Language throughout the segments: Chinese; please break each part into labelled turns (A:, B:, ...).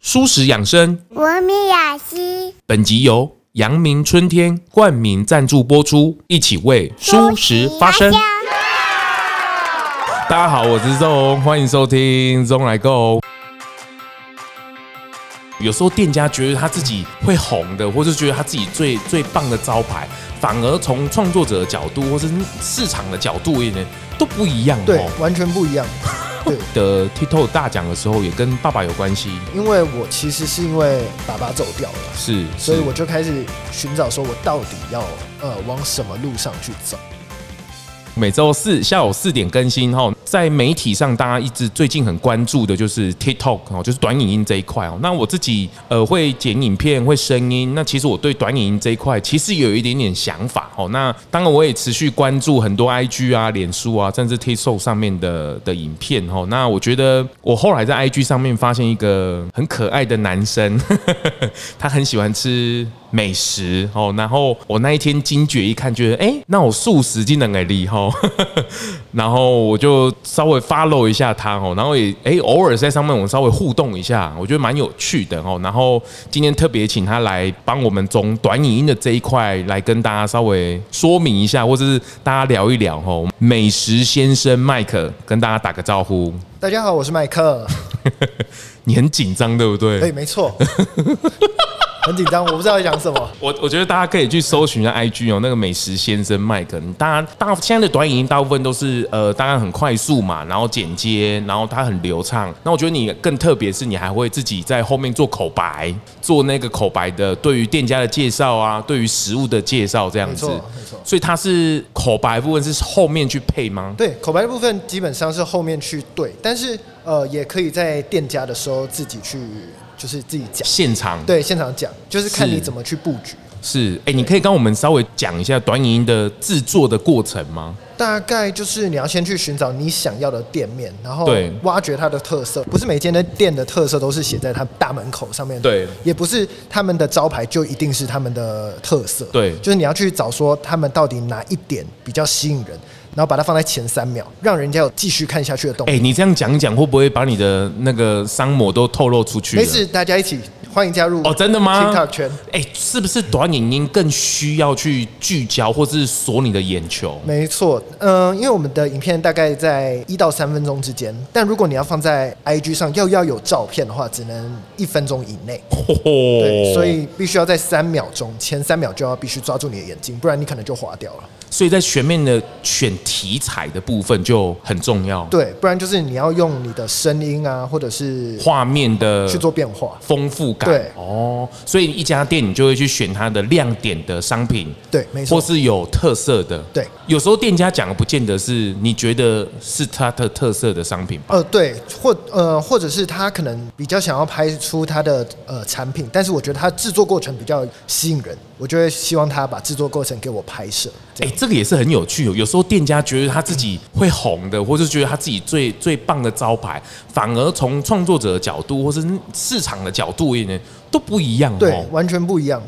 A: 舒适养生。
B: 文明雅集，
A: 本集由阳明春天冠名赞助播出，一起为舒适发声。大家好，我是钟，欢迎收听钟来购。有时候店家觉得他自己会红的，或是觉得他自己最最棒的招牌，反而从创作者的角度或是市场的角度而言都不一样
C: 对
A: 哦。，
C: 完全不一样。对，
A: 的 TikTok 大奖的时候也跟爸爸有关系，
C: 因为我其实是因为爸爸走掉了，
A: 是，
C: 所以
A: 是
C: 我就开始寻找，说我到底要呃往什么路上去走。
A: 每周四下午四点更新哈，在媒体上大家一直最近很关注的就是 TikTok 哦，就是短影音这一块哦。那我自己呃会剪影片，会声音，那其实我对短影音这一块其实有一点点想法哦。那当然我也持续关注很多 IG 啊、脸书啊，甚至 TikTok 上面的的影片哦。那我觉得我后来在 IG 上面发现一个很可爱的男生， 他很喜欢吃美食哦。然后我那一天惊觉一看，觉得哎，诶那我素食竟然给厉害，哦 然后我就稍微 follow 一下他哦，然后也哎偶尔在上面我稍微互动一下，我觉得蛮有趣的哦。然后今天特别请他来帮我们从短影音的这一块来跟大家稍微说明一下，或者是大家聊一聊哦。美食先生麦克跟大家打个招呼，
C: 大家好，我是麦克。
A: 你很紧张对不对？
C: 哎、没 错，很紧张，我不知道要讲什么。
A: 我我觉得大家可以去搜寻一下 IG 哦，那个美食先生麦克，大家大现在的短影音大部分都是呃，当然很快速嘛，然后剪接，然后它很流畅。那我觉得你更特别是，你还会自己在后面做口白，做那个口白的对于店家的介绍啊，对于食物的介绍这样子。
C: 没错没错
A: 所以它是口白部分是后面去配吗？
C: 对，口白的部分基本上是后面去对，但是呃也可以在店家的时候自己去，就是自己讲。
A: 现场
C: 对，现场讲，就是看
A: 是
C: 你怎么去布局。
A: 是，哎、你可以跟我们稍微讲一下短影音的制作的过程吗？
C: 大概就是你要先去寻找你想要的店面，然后
A: 对
C: 挖掘它的特色。不是每间的店的特色都是写在它大门口上面，
A: 对
C: 也不是他们的招牌就一定是他们的特色，
A: 对
C: 就是你要去找说他们到底哪一点比较吸引人，然后把它放在前三秒，让人家有继续看下去的动力。
A: 哎、你这样讲一讲，会不会把你的那个商模都透露出去了？
C: 没事，大家一起欢迎加入
A: 哦，真的吗
C: ？TikTok 圈
A: 哎、是不是短影音更需要去聚焦，或是锁你的眼球？
C: 没错，嗯、因为我们的影片大概在一到三分钟之间，但如果你要放在 IG 上，又要有照片的话，只能一分钟以内。对，
A: 哦
C: 所以必须要在三秒钟前三秒就要必须抓住你的眼睛，不然你可能就划掉了。
A: 所以在全面的选题材的部分就很重要，
C: 对，不然就是你要用你的声音啊，或者是
A: 画面的
C: 去做变化。
A: 丰富感。
C: 对
A: 哦，所以一家店你就会去选它的亮点的商品，
C: 对，没
A: 或
C: 错，
A: 是有特色的。
C: 对，
A: 有时候店家讲的不见得是你觉得是它的特色的商品吧？
C: 呃，对，或呃，或者是他可能比较想要拍出他的呃产品，但是我觉得他制作过程比较吸引人，我就会希望他把制作过程给我拍摄。这
A: 哎、
C: 样
A: 这个也是很有趣哦。有时候店家觉得他自己会红的，或是觉得他自己最最棒的招牌，反而从创作者的角度或是市场的角度而言都不一样
C: 对
A: 哦，。
C: 完全不 一样。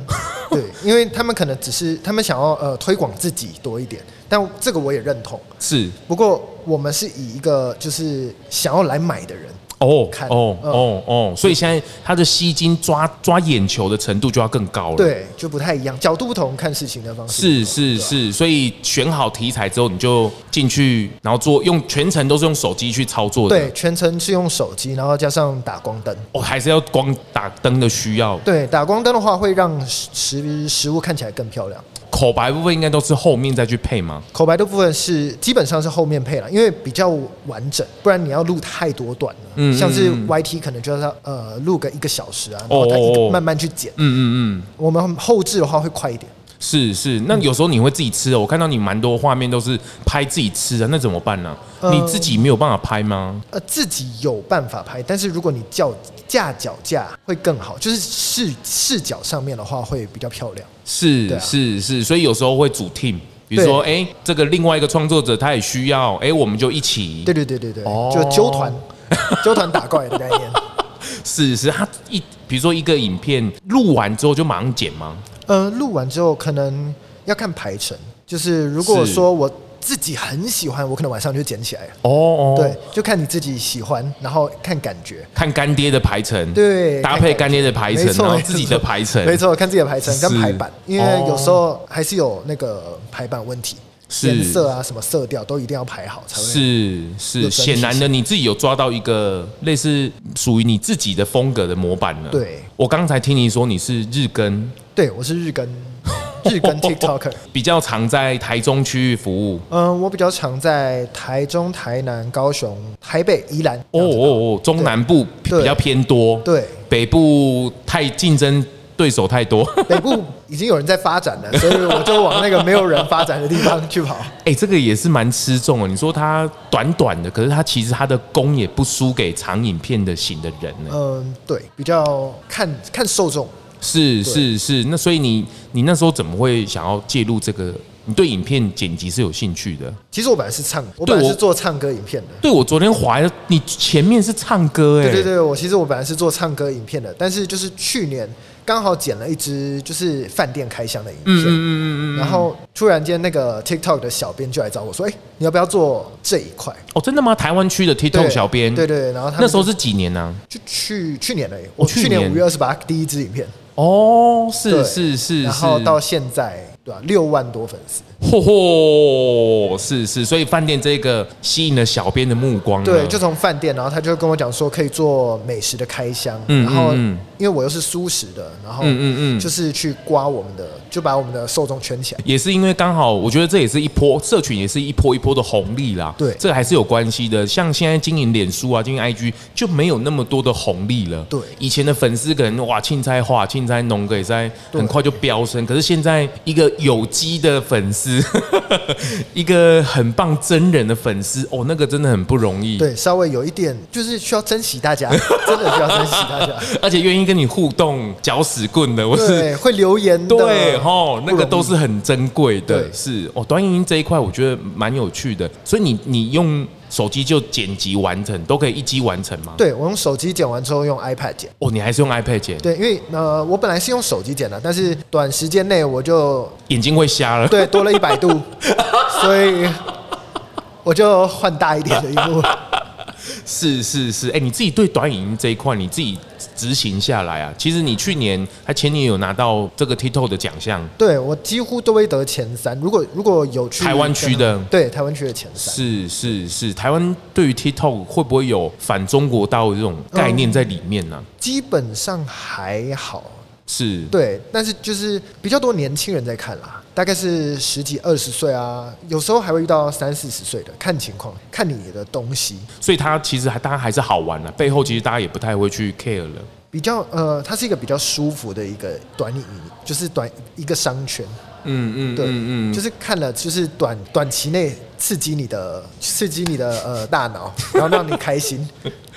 C: 对，因为他们可能只是他们想要呃推广自己多一点，但这个我也认同。
A: 是
C: 不过我们是以一个就是想要来买的人，
A: 哦
C: 看
A: 哦
C: 嗯
A: 哦哦，所以现在他的吸睛抓抓眼球的程度就要更高了。。
C: 对，啊就不太一样，角度不同，看事情的方式
A: 是
C: 不同。
A: 是是，所以选好题材之后，你就进去，然后做用全程都是用手机去操作的。
C: 对，，全程是用手机，然后加上打光灯。
A: 哦，还是要光打灯的需要。
C: 对，打光灯的话会让食食物看起来更漂亮。
A: 口白部分应该都是后面再去配吗？
C: 口白的部分是基本上是后面配了，因为比较完整，不然你要录太多段了。
A: 嗯
C: 像是
A: 嗯
C: YT 可能就要呃录个一个小时啊，然后它一
A: 哦哦哦
C: 个慢慢去剪。
A: 嗯嗯嗯。
C: 我们后置的话会快一点。
A: 是是，那有时候你会自己吃的，我看到你蛮多画面都是拍自己吃的，那怎么办呢、
C: 呃
A: 你自己没有办法拍吗？
C: 呃，自己有办法拍，但是如果你叫架脚架会更好，就是视视角上面的话会比较漂亮。
A: 是、
C: 对啊
A: 是是，所以有时候会组 team，比如说，哎、这个另外一个创作者他也需要，哎、我们就一起。
C: 对对对对对，
A: 哦
C: 就纠团，纠团打怪的概念。
A: 是是，他一比如说一个影片录完之后就马上剪吗？
C: 呃，录完之后可能要看排程，就是如果
A: 是
C: 说我自己很喜欢，我可能晚上就捡起来了。
A: 哦哦，
C: 对，，就看你自己喜欢，然后看感觉。
A: 看干爹的排程，
C: 对，
A: 搭
C: 看
A: 配
C: 感觉
A: 干爹的排程
C: 没，错
A: 然后
C: 没
A: 自己
C: 错
A: 的排程，
C: 没错，看自己的排程
A: 是
C: 跟排版，因为
A: 哦
C: 有时候还是有那个排版问题，
A: 是
C: 颜色啊、什么色调都一定要排好才会。
A: 是是，
C: 有专辑
A: 显然的，你自己有抓到一个类似属于你自己的风格的模板了。
C: 对，
A: 我刚才听你说你是日更，
C: 对，我是日 更，日更 TikToker。
A: 比较常在台中区域服务。
C: 嗯，我比较常在台中、台南、高雄、台北、宜兰。
A: 哦
C: 哦
A: 哦
C: 哦，
A: 哦，中南部比
C: 对
A: 比较偏多，
C: 对，
A: 北部太竞争对手太多。
C: 北部已经有人在发展了，所以我就往那个没有人发展的地方去跑。
A: 哎、这个也是蛮吃重的。你说它短短的，可是它其实它的功也不输给长影片的型的人呢、
C: 嗯，对，比较看看受众。
A: 是
C: 对
A: 是是，那所以你你那时候怎么会想要介入这个？你对影片剪辑是有兴趣的？
C: 其实我本来是唱，我
A: 对
C: 本来
A: 我
C: 是做唱歌影片的。
A: 对，我昨天滑，你前面是唱歌哎、
C: 对对对，我其实我本来是做唱歌影片的，但是就是去年刚好剪了一支就是饭店开箱的影片，
A: 嗯嗯嗯嗯嗯，
C: 然后突然间那个 TikTok 的小编就来找我说：“哎、你要不要做这一块
A: 哦，真的吗？台湾区的？” TikTok
C: 对
A: 小编，
C: 对对对，然后他
A: 那时候
C: 是
A: 是几年啊呢、
C: 就去去年了耶，我
A: 去
C: 去年
A: 年
C: 五月二十八第一支影片，
A: 哦，是
C: 对
A: 是是，
C: 然后
A: 是
C: 到现在对吧、六万多粉丝，
A: 嚯嚯，是是，所以饭店这个吸引了小编的目光啊，
C: 对，就从饭店，然后他就跟我讲说可以做美食的开箱，
A: 嗯
C: 然后
A: 嗯嗯
C: 因为我又是素食的，然后
A: 嗯嗯嗯嗯
C: 就是去刮我们的，就把我们的受众圈起来。
A: 也是因为刚好，我觉得这也是一波社群，也是一波一波的红利啦。
C: 对
A: 这还是有关系的。像现在经营脸书啊，经营 IG 就没有那么多的红利了。
C: 对
A: 以前的粉丝可能哇，青菜花、青菜农给在
C: 对
A: 很快就飙升，可是现在一个有机的粉丝， 一个很棒真人的粉丝，哦，那个真的很不容易。。
C: 对，稍微有一点，就是需要珍惜 大家，真的需要珍惜大家。
A: 而且愿意跟你互动、搅屎棍的，我是
C: 对，会留言的，
A: 对吼，那个都是
C: 不容易
A: 很珍贵的
C: 对，
A: 是哦。短影音这一块，我觉得蛮有趣的，所以你你用手机就剪辑完成，都可以一机完成吗？，
C: 对我用手机剪完之后用 iPad 剪。
A: 哦，你还是用 iPad 剪，
C: 对，因为呃，我本来是用手机剪的，但是短时间内我就
A: 眼睛会瞎了。
C: 对多了一百 度，所以我就换大一点的荧幕。
A: 是是是，哎，你自己对短影音这一块，你自己执行下来啊，其实你去年还前年有拿到这个 TikTok 的奖项，
C: 对我几乎都会得前三，如果如果有去
A: 台湾区的
C: 对台湾区的前三。
A: 是是是，台湾对于 TikTok 会不会有反中国大陆这种概念在里面呢、
C: 基本上还好，
A: 是，
C: 对，但是就是比较多年轻人在看啦，大概是十几二十岁啊，有时候还会遇到三四十岁的，看情况，看你的东西。
A: 所以它其实还大家还是好玩的、啊背后其实大家也不太会去 care 了。
C: 比较呃，它是一个比较舒服的一个短影音，就是短一个商圈，
A: 嗯嗯，
C: 对，
A: 嗯嗯，
C: 就是看了就是短短期内刺激你的刺激你的呃大 脑，然后让你开心，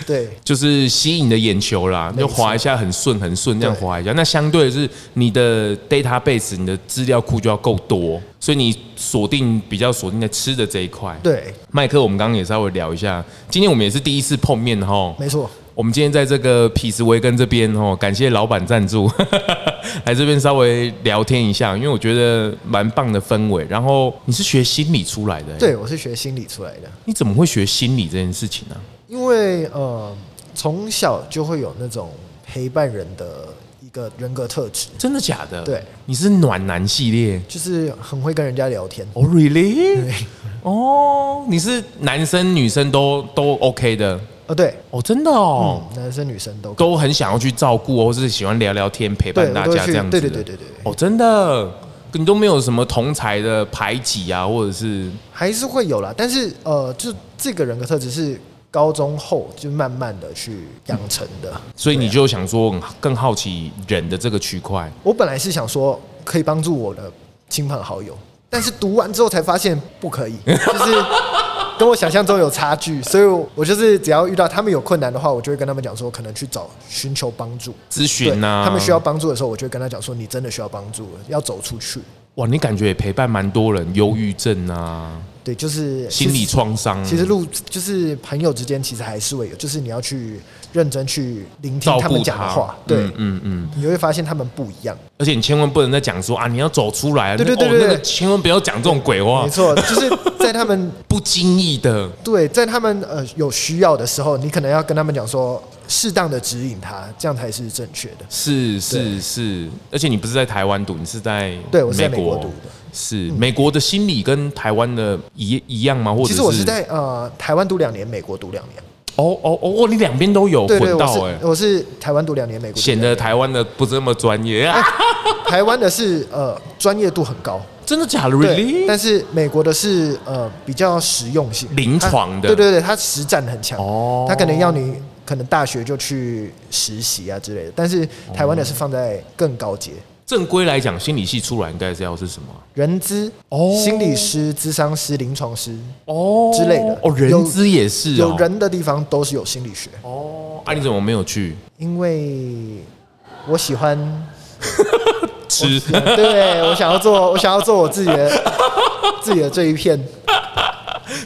C: 对，
A: 就是吸引你的眼球啦，
C: 没
A: 就
C: 错
A: 滑一下很顺很顺这样
C: 对
A: 滑一下。那相对的是你的 database，你的资料库就要够多，所以你锁定比较锁定在吃的这一块。
C: 对，
A: 麦克，我们刚刚也稍微聊一下，今天我们也是第一次碰面哈。
C: 没错，
A: 我们今天在这个匹斯维根这边哦，感谢老板赞助， 来这边稍微聊天一下，因为我觉得蛮棒的氛围。然后你是学心理出来的、欸，
C: 对我是学心理出来的，
A: 你怎么会学心理这件事情呢、
C: 因为呃从小就会有那种陪伴人的一个人格特质，
A: 真的假的？
C: 对，
A: 你是暖男系列
C: 就是很会跟人家聊天，
A: 哦、r e a l l y 哦，你是男生女生都都 OK 的
C: 呃对，
A: 哦，真的哦，
C: 嗯，男生女生都可以
A: 都很想要去照顾，或是喜欢聊聊天陪伴
C: 对
A: 大
C: 我都
A: 家
C: 会去
A: 这样子的，
C: 对对对对对
A: 哦，真的，你都没有什么同才的排挤啊，或者是
C: 还是会有啦，但是呃，就这个人格特质是高中后就慢慢的去养成的。
A: 所以你就想说嗯更好奇人的这个区块，
C: 我本来是想说可以帮助我的亲朋好友，但是读完之后才发现不可以， 就是跟我想象中有差距，所以我就是只要遇到他们有困难的话，我就会跟他们讲说，可能去找寻求帮助。
A: 咨
C: 对
A: 询啊，
C: 他们需要帮助的时候，我就会跟他讲说，你真的需要帮助，要走出去。
A: 哇，你感觉也陪伴蛮多人，忧郁症啊，
C: 对，就是
A: 心理
C: 其实
A: 创伤啊、
C: 其实路就是朋友之间，其实还是会有，就是你要去认真去聆听
A: 照
C: 他们
A: 顾
C: 讲的
A: 他
C: 话，对，
A: 嗯嗯嗯，
C: 你会发现他们不一样。
A: 而且你千万不能再讲说啊，你要走出来，
C: 对对对
A: 哦
C: 对对
A: 那个千万不要讲这种鬼话
C: 没，错，就是在他们
A: 不经意的，
C: 对，在他们呃有需要的时候，你可能要跟他们讲说，适当的指引他，这样才是正确的。
A: 是
C: 对
A: 是是，而且你不是在台湾读，你是在
C: 对我是在美国
A: 国
C: 读的嗯
A: 是美国的心理跟台湾的一一样吗？或者
C: 其实我是在呃台湾读两年，美国读两年。
A: 哦哦哦哦，你两边都有
C: 对对，
A: 混
C: 我
A: 到哎、
C: 是我是哎台湾读两年，美国读
A: 显
C: 两
A: 得
C: 年
A: 台湾的不这么专业啊，
C: 台湾的是呃专业度很高，
A: 真的假的
C: 对，
A: ？Really？
C: 但是美国的是呃比较实用性，
A: 临床的
C: 它对对对，它实战很强，
A: 哦
C: 它可能要你可能大学就去实习啊之类的，但是台湾的
A: 哦
C: 是放在更高阶，
A: 正规来讲，心理系出来应该是要是什么啊？
C: 人资、
A: 哦
C: 心理师、咨商师、临床师
A: 哦
C: 之类的
A: 哦，
C: 有
A: 人资也是、哦、
C: 有人的地方都是有心理学，
A: 哦，啊，你怎么没有去
C: 因为我喜欢，
A: 吃？
C: 对我想要做，我想要做我自己的自己的这一片。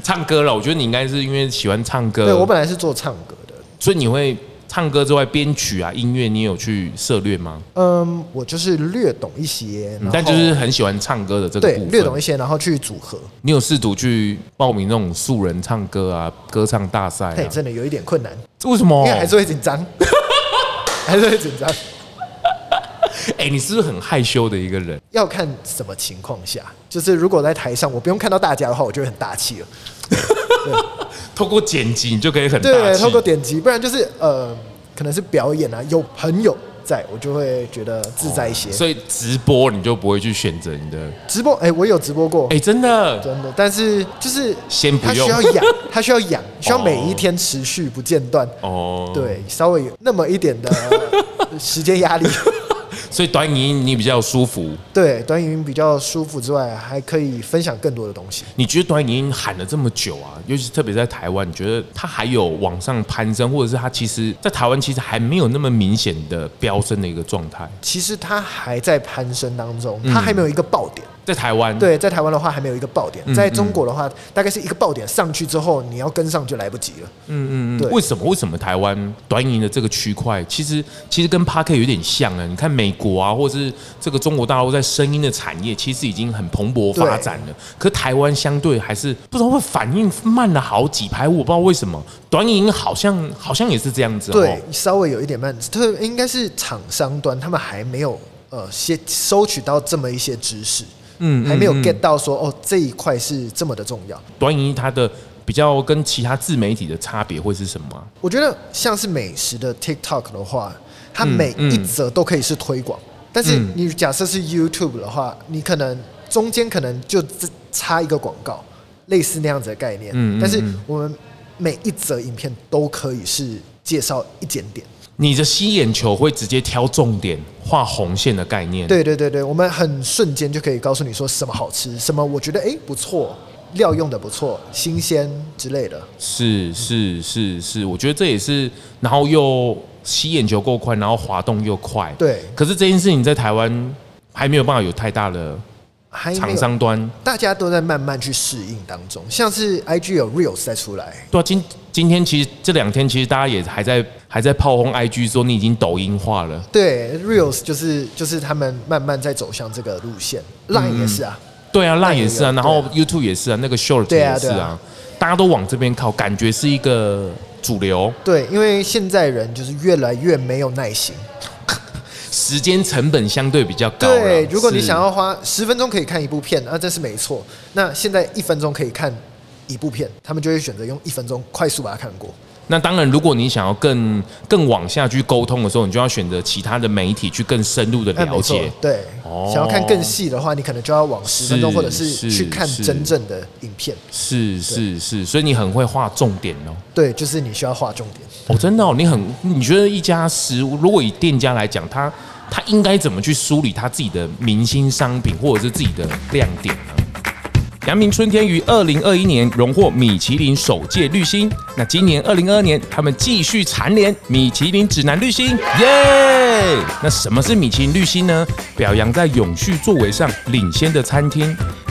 A: 唱歌了，我觉得你应该是因为喜欢唱歌，
C: 对我本来是做唱歌的，
A: 所以你会唱歌之外，编曲啊、音乐，你有去涉略吗？
C: 嗯，我就是略懂一些，然后
A: 但就是很喜欢唱歌的这个
C: 对
A: 部分，
C: 略懂一些，然后去组合，
A: 你有试图去报名那种素人唱歌啊、歌唱大赛、
C: 嘿，
A: 啊？哦
C: 真的有一点困难，
A: 这为什么
C: 因？为还是会紧张， 还是会紧张，
A: 哎、你是不是很害羞的一个人？
C: 要看什么情况下，就是如果在台上我不用看到大家的话，我就会很大气了。
A: 透过剪辑，你就可以很大
C: 对，
A: 气
C: 透过点击，不然就是呃，可能是表演啊，有朋友在，我就会觉得自在一些。
A: 所以直播你就不会去选择你的，
C: 直播，哎、我有直播过，
A: 哎、真的，
C: 真的，但是就是
A: 先不
C: 它需
A: 用
C: 要养，它需要 养，需要每一天持续不间断。
A: 哦，，
C: 对，稍微有那么一点的 时间压力。
A: 所以短影音你比较舒服。
C: 对，短语音比较舒服之外，还可以分享更多的东西。
A: 你觉得短影音喊了这么久啊，尤其是特别在台湾，你觉得它还有往上攀升，或者是它其实在台湾其实还没有那么明显的飙升的一个状态？
C: 其实它还在攀升当中，
A: 嗯
C: 它还没有一个爆点。
A: 在台湾，，
C: 对，在台湾的话还没有一个爆
A: 嗯
C: 点，在中国的话，大概是一个爆点上去之后，你要跟上就来不及了。
A: 嗯
C: 对
A: 为什么？为什么台湾短影音的这个区块，其实其实跟 p a r k 有点像啊？你看美国啊，或是这个中国大陆在声音的产业，其实已经很蓬勃发展了。可台湾相对还是不知道会反应慢了好几拍，我不知道为什么。短影音好像好像也是这样子、哦，
C: 对，稍微有一点慢，特应该是厂商端他们还没有呃先收取到这么一些知识，
A: 嗯，嗯，
C: 还没有
A: 嗯
C: get 到说哦这一块是这么的重要。
A: 短影音它的比较跟其他自媒体的差别会是什么啊、
C: 我觉得像是美食的 TikTok 的话，它每一则都可以是推广，但是
A: 嗯
C: 你假设是 YouTube 的话，你可能中间可能就只插一个广告，类似那样子的概念。
A: 嗯嗯
C: 但是
A: 嗯
C: 我们每一则影片都可以是介绍一点点。
A: 你的吸眼球会直接挑重点、画红线的概念。，
C: 对对对对，我们很瞬间就可以告诉你说什么好吃，什么我觉得诶不错，料用的不错，新鲜之类的。
A: 是是是是，我觉得这也是，然后又吸眼球够快，然后滑动又快。，
C: 对，
A: 可是这件事情在台湾还没有办法有太大的
C: 还哎没
A: 厂
C: 有。
A: 商端。
C: 大家都在慢慢去适应当中，像是 IG 有 Reels 在出来，
A: 对啊，今今天其实这两天其实大家也还在还在炮轰 IG 说你已经抖音化了。
C: 对，Reels 就是就是他们慢慢在走向这个路线，Line
A: 嗯
C: 也是啊，
A: 对啊，烂也是啊，
C: 也有
A: 然后 YouTube 也是啊，那个 Short
C: 对啊
A: 也是
C: 对
A: 啊
C: 啊，
A: 大家都往这边靠，感觉是一个主流，
C: 对，因为现在人就是越来越没有耐心。
A: 时间成本相对比较高啦。
C: 对，如果你
A: 是
C: 想要花十分钟可以看一部片，啊，这是没错。那现在一分钟可以看一部片，他们就会选择用一分钟快速把它看过。
A: 那当然，如果你想要更更往下去沟通的时候，你就要选择其他的媒体去更深入的
C: 哎，
A: 了
C: 没错
A: 解。，
C: 对，
A: 哦
C: 想要看更细的话，你可能就要往十分钟，
A: 是
C: 或者是
A: 是
C: 去看
A: 是
C: 真正的影片。
A: 是是是，所以你很会画重点哦。
C: 对，就是你需要划重点。
A: 哦，真的哦，你很你觉得一家食，如果以店家来讲，他他应该怎么去梳理他自己的明星商品，或者是自己的亮点呢？阳明春天于二零二一年荣获米其林首届绿星，那今年二零二二年他们继续蝉联米其林指南绿星，耶、那什么是米其林绿星呢？表扬在永续作为上领先的餐厅，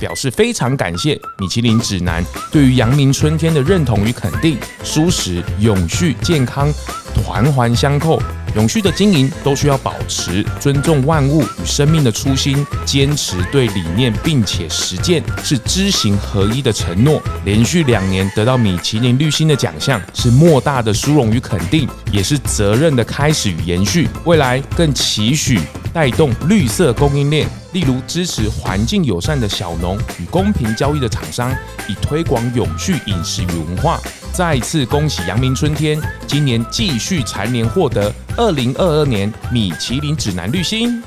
A: 表示非常感谢米其林指南对于阳明春天的认同与肯定，舒适、永续、健康，环环相扣。永续的经营都需要保持尊重万物与生命的初心，坚持对理念并且实践是知行合一的承诺。连续两年得到米其林绿星的奖项，是莫大的殊荣与肯定，也是责任的开始与延续。未来更期许带动绿色供应链，例如支持环境友善的小农与公平交易的厂商，以推广永续饮食与文化。再次恭喜阳明春天，今年继续蝉联获得二零二二年米其林指南绿星。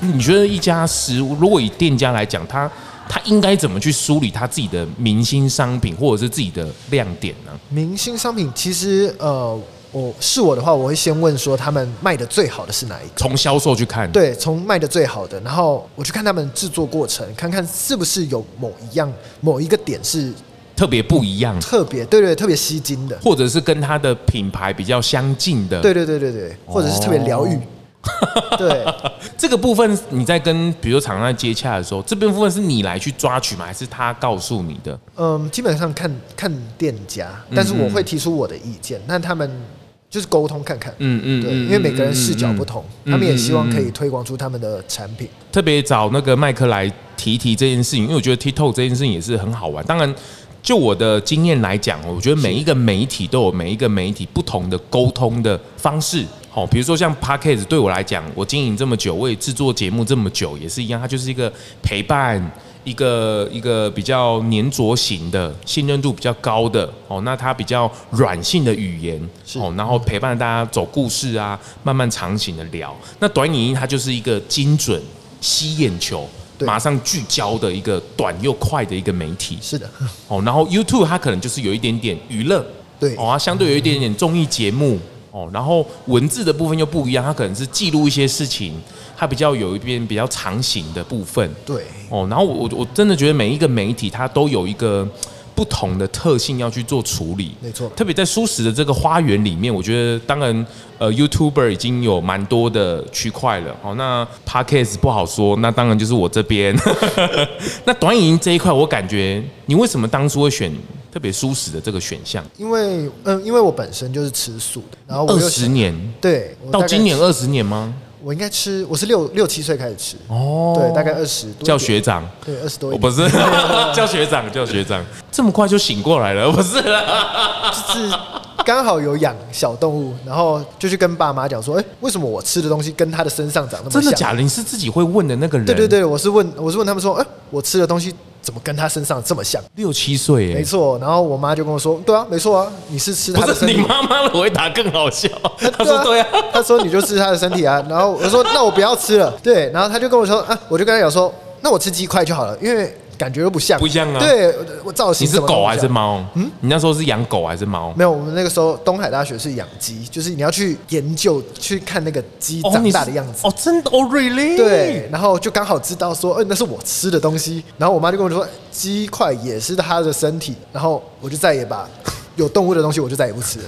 A: 你觉得一家食物，如果以店家来讲，他他应该怎么去梳理他自己的明星商品，或者是自己的亮点呢？
C: 明星商品其实呃，我是我的话，我会先问说他们卖的最好的是哪一个。
A: 从销售去看，，
C: 对，从卖的最好的，然后我去看他们制作过程，看看是不是有某一样、某一个点是
A: 特别不一样，
C: 特别，对对，特别吸睛的，
A: 或者是跟他的品牌比较相近的。
C: 对对对对对，或者是特别疗愈，
A: 哦
C: 对，
A: 这个部分，你在跟比如说厂商在接洽的时候，这边部分是你来去抓取吗？还是他告诉你的？
C: 嗯，基本上看看店家，
A: 嗯
C: 但是我会提出我的意见，那他们就是沟通看看，
A: 嗯嗯
C: 对，
A: 嗯
C: 因为每个人视角不同，
A: 嗯嗯
C: 他们也希望可以推广出他们的产品，
A: 特别找那个麦克来提一提这件事情，因为我觉得 TikTok 这件事情也是很好玩。当然，就我的经验来讲，我觉得每一个媒体都有每一个媒体不同的沟通的方式。好、比如说像 Podcast 对我来讲，我经营这么久，我也制作节目这么久，也是一样，它就是一个陪伴。一个一个比较粘着型的、信任度比较高的哦，那它比较软性的语言
C: 是
A: 哦，然后陪伴大家走故事啊，慢慢长情的聊。那短影音它就是一个精准、吸眼球、
C: 对
A: 马上聚焦的一个短又快的一个媒体
C: 是的，
A: 哦。然后 YouTube 它可能就是有一点点娱乐，
C: 对
A: 哦，它相对有一点点综艺节目哦。然后文字的部分又不一样，它可能是记录一些事情，它比较有一边比较长型的部分。
C: 对，
A: 哦，然后我我我真的觉得每一个媒体它都有一个不同的特性要去做处理，
C: 没错
A: 特别在舒适的这个花园里面，我觉得当然呃，YouTuber 已经有蛮多的区块了。哦，那 Podcast 不好说，那当然就是我这边。 那短影音这一块，我感觉你为什么当初会选特别舒适的这个选项？
C: 因为嗯，因为我本身就是吃素的，然后哦我
A: 二
C: 又
A: 十
C: 想，
A: 年
C: 对，我大
A: 到
C: 概
A: 今年
C: 吃
A: 二十年吗？
C: 我应该吃，我是六六七岁开始吃，
A: 哦
C: 对，大概二十多一点，
A: 叫学长。
C: 对二十多
A: 我
C: 一点，
A: 不是 叫学长，叫学长，这么快就醒过来了，不是啦。
C: 是刚好有养小动物，然后就去跟爸妈讲说，哎、为什么我吃的东西跟它的身上长那么像？
A: 真的假的？你是自己会问的那个人？
C: 对对，对，我是问，我是问他们说，哎、我吃的东西怎么跟它身上这么像？
A: 六七岁
C: 没
A: 耶，
C: 错，然后我妈就跟我说，对啊，没错啊，你是吃它
A: 不
C: 的
A: 是
C: 身
A: 你
C: 体。
A: 妈妈的回答更好 笑。他说对啊，
C: 她说你就吃它的身体啊， 然后我说那我不要吃了，对，然后她就跟我说啊，我就跟她讲说，那我吃鸡块就好了，因为感觉又不像，
A: 不像啊
C: 对，我造
A: 你
C: 型
A: 是
C: 什么都不
A: 狗还是
C: 像？
A: 猫？嗯，你那时候是养狗还是猫？
C: 没有，我们那个时候东海大学是养鸡，就是你要去研究去看那个鸡
A: 哦
C: 长
A: 你是
C: 大的样子。
A: 哦，真的哦，really？
C: 对，，然后就刚好知道说，哎、那是我吃的东西。然后我妈就跟我说，哎鸡块也是它的身体。然后我就再也把有动物的东西，我就再也 不吃了。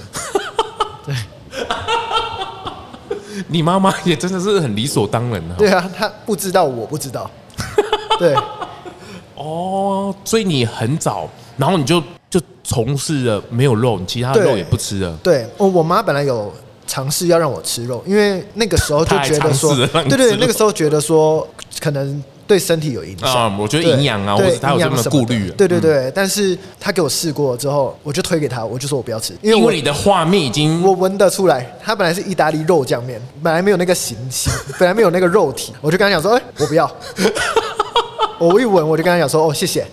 A: 你妈妈也真的是很理所当然的。
C: 对啊，她不知道，我不知道。对，
A: 哦，所以你很早，然后你就就从事了没有肉，你其他的
C: 对
A: 肉也不吃了。
C: 对，我我妈本来有尝试要让我吃肉，因为那个时候就
A: 她还
C: 觉得说
A: 尝试了让，你
C: 对
A: 吃
C: 对，
A: 肉
C: 那个时候觉得说，可能对身体有影 响。
A: 啊，我觉得
C: 对
A: 营养啊，或
C: 对
A: 者他有
C: 营
A: 这
C: 养
A: 么
C: 什
A: 顾
C: 的
A: 虑啊，
C: 对对对。但是她给我试过之后，我就推给她，我就说我不要吃，因为
A: 因
C: 我
A: 为你的画面已经
C: 我闻得出来，它本来是意大利肉酱面，本来没有那个形形， 本来没有那个肉体，我就跟他讲说，哎、我不要。 我一闻我就跟他讲说，哦，谢谢。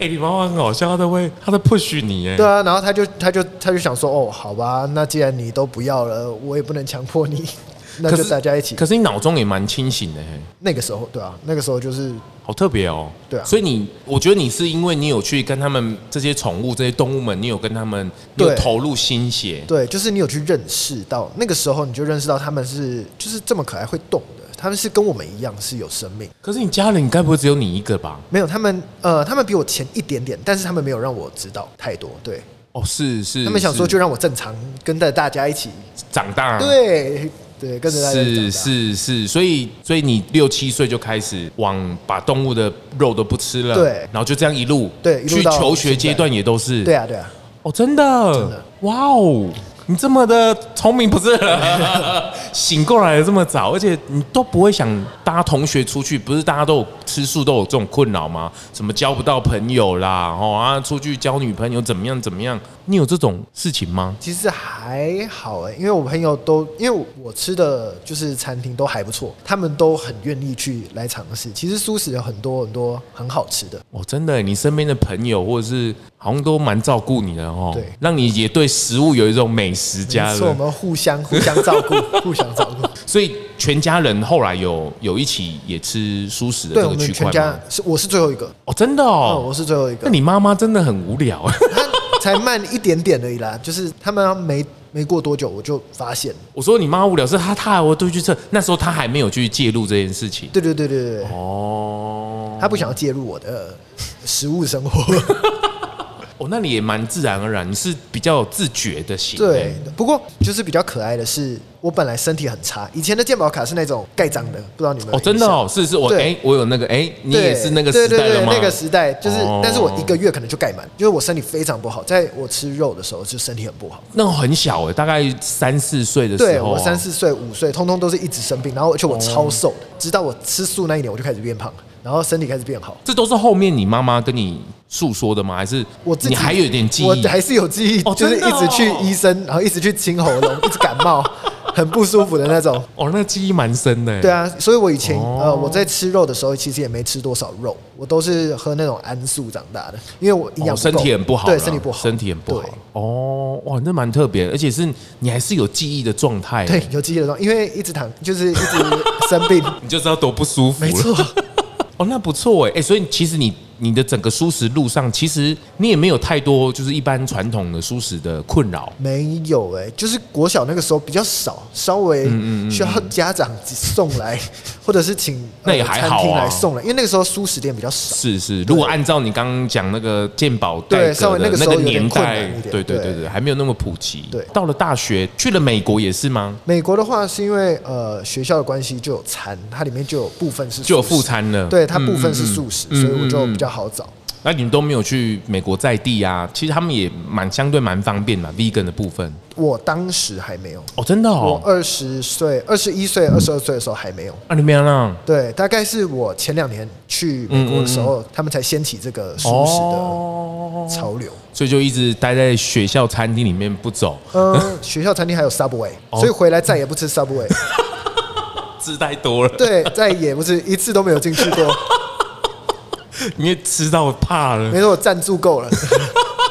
A: 哎、你妈妈很好笑，她都会，她在 push 你哎。
C: 对啊，然后他就他就他就想说，哦，好吧，那既然你都不要了，我也不能强迫你。 那
A: 可
C: 就是大家一起
A: 可。是你脑中也蛮清醒的、嘿，
C: 那个时候，对啊，那个时候就是
A: 好特别哦。
C: 对啊
A: 所以你，我觉得你是因为你有去跟他们这些宠物、这些动物们，你有跟他们，你有
C: 对
A: 投入心血。
C: 对，就是你有去认识到那个时候，你就认识到他们是就是这么可爱会动的，他们是跟我们一样是有生命。
A: 可是你家人该不会只有你一个吧？
C: 没有他们，呃，他们比我前一点点，但是他们没有让我知道太多。对
A: 哦，是是，
C: 他们想说，
A: 是
C: 就让我正常跟着大家一起，
A: 长大，，
C: 对对，跟着大家一
A: 是
C: 起长大。
A: 是是，所以所以你六七岁就开始往把动物的肉都不吃了，
C: 对
A: 然后就这样一路
C: 对一路
A: 去
C: 到
A: 求学阶段也都是，
C: 对啊，对啊，
A: 哦，真的，哇哦，你这么的聪明不是？ 醒过来的这么早，而且你都不会想搭同学出去，不是大家都有吃素都有这种困扰吗？什么交不到朋友啦，哦啊，出去交女朋友怎么样怎么样？你有这种事情吗？
C: 其实还好哎、因为我朋友都，因为我吃的就是餐厅都还不错，他们都很愿意去来尝试。其实素食有很多很多很好吃的，
A: 哦，真的，你身边的朋友或者是好像都蛮照顾你的哦，
C: 对
A: 让你也对食物有一种美食家
C: 没错，我
A: 的，
C: 们互相互相照顾， 互相照顾。
A: 所以全家人后来有有一起也吃素食的
C: 对
A: 这
C: 我
A: 个
C: 们
A: 区块
C: 全
A: 吗
C: 家？是我是最后一个，
A: 哦，真的
C: 哦，
A: 哦
C: 我，是最后一
A: 那
C: 个，
A: 你妈妈真的很无聊。
C: 他才慢一点点而已啦，就是他们没没过多久我就发现，
A: 我说你妈无聊是她，她还会对去测，那时候她还没有去介入这件事情。
C: 对对对对对对，
A: 哦，
C: 他不想要介入我的食物生 活。
A: 哦，那你也蛮自然而然，你是比较有自觉的型。
C: 对，不过就是比较可爱的是，我本来身体很差，以前的健保卡是那种盖章的，不知道你们有
A: 哦，
C: 没有
A: 真
C: 印
A: 的
C: 象
A: 哦，是是，我
C: 对
A: 哎，我有那个哎，你
C: 对
A: 也是那个时代
C: 对
A: 的
C: 对
A: 吗？
C: 对，那个时代就是，
A: 哦
C: 但是我一个月可能就盖满，因为我身体非常不好，在我吃肉的时候就身体很不好。
A: 那我很小哎，大概三四岁的
C: 对
A: 时候哦啊。
C: 我三四岁、五岁，通通都是一直生病，然后而且我超瘦的，直到我吃素那一年，我就开始变胖，然后身体开始变好。
A: 这都是后面你妈妈跟你诉说的吗？还是
C: 我自己
A: 你还有一点记
C: 我
A: 忆？
C: 还是有记忆，
A: 哦
C: 就是
A: 真的
C: 一
A: 哦
C: 直去医生，然后一直去清喉 咙，一直感冒，很不舒服的那种。
A: 哦，那记忆蛮深的。
C: 对，啊，所以我以前、
A: 哦
C: 呃我在吃肉的时候，其实也没吃多少肉，我都是喝那种安素长大的，因为我营养
A: 哦、
C: 不够、
A: 身体很不好啦，
C: 对身体不好，
A: 身体很不好
C: 对。
A: 哦，哇，那蛮特别，而且是你还是有记忆的状态。
C: 对，有记忆的状，因为一直躺就是一直生 病，
A: 你就知道多不舒服了。
C: 没错，
A: 哦，那不错哎哎，所以其实你你的整个舒适路上，其实你也没有太多就是一般传统的舒适的困扰。
C: 没有哎、就是国小那个时候比较少，稍
A: 嗯
C: 微需要家长送来，或者是请
A: 那也
C: 呃
A: 还
C: 餐
A: 好
C: 厅
A: 啊
C: 来送来，因为那个时候素食店比较少。
A: 是是，如果按照你刚刚讲那个鉴宝代
C: 对稍
A: 革
C: 微
A: 的
C: 那个时
A: 那
C: 候
A: 个
C: 有点
A: 年
C: 困
A: 代
C: 难一，点
A: 对对
C: 对
A: 对对，还没有那么普及。
C: 对
A: 到了大学去了美国也是吗？
C: 美国的话是因为呃学校的关系就有餐，它里面就有部分是
A: 就有
C: 素食
A: 副餐了
C: 对，它
A: 嗯
C: 部分
A: 嗯
C: 是
A: 嗯
C: 素食，
A: 嗯
C: 所以我就
A: 嗯嗯
C: 比较好找。
A: 那你们都没有去美国在地啊？其实他们也蛮相对蛮方便嘛，vegan 的部分。
C: 我当时还没有，
A: 哦，真的
C: 我
A: 哦。
C: 二十岁、二十一岁、二十二岁的时候还没有。
A: 啊，你们让
C: 对，大概是我前两年去美国的时
A: 嗯
C: 候，他们才掀起这个素食的
A: 哦，
C: 潮流。
A: 所以就一直待在学校餐厅里面不走，
C: 嗯，学校餐厅还有 Subway，所以
A: 哦
C: 回来再也不吃 Subway，
A: 吃太多了，
C: 对，再也不吃，一次都没有进去 过。
A: 因为吃到怕了
C: 没，错，我赞助够了，
A: 哦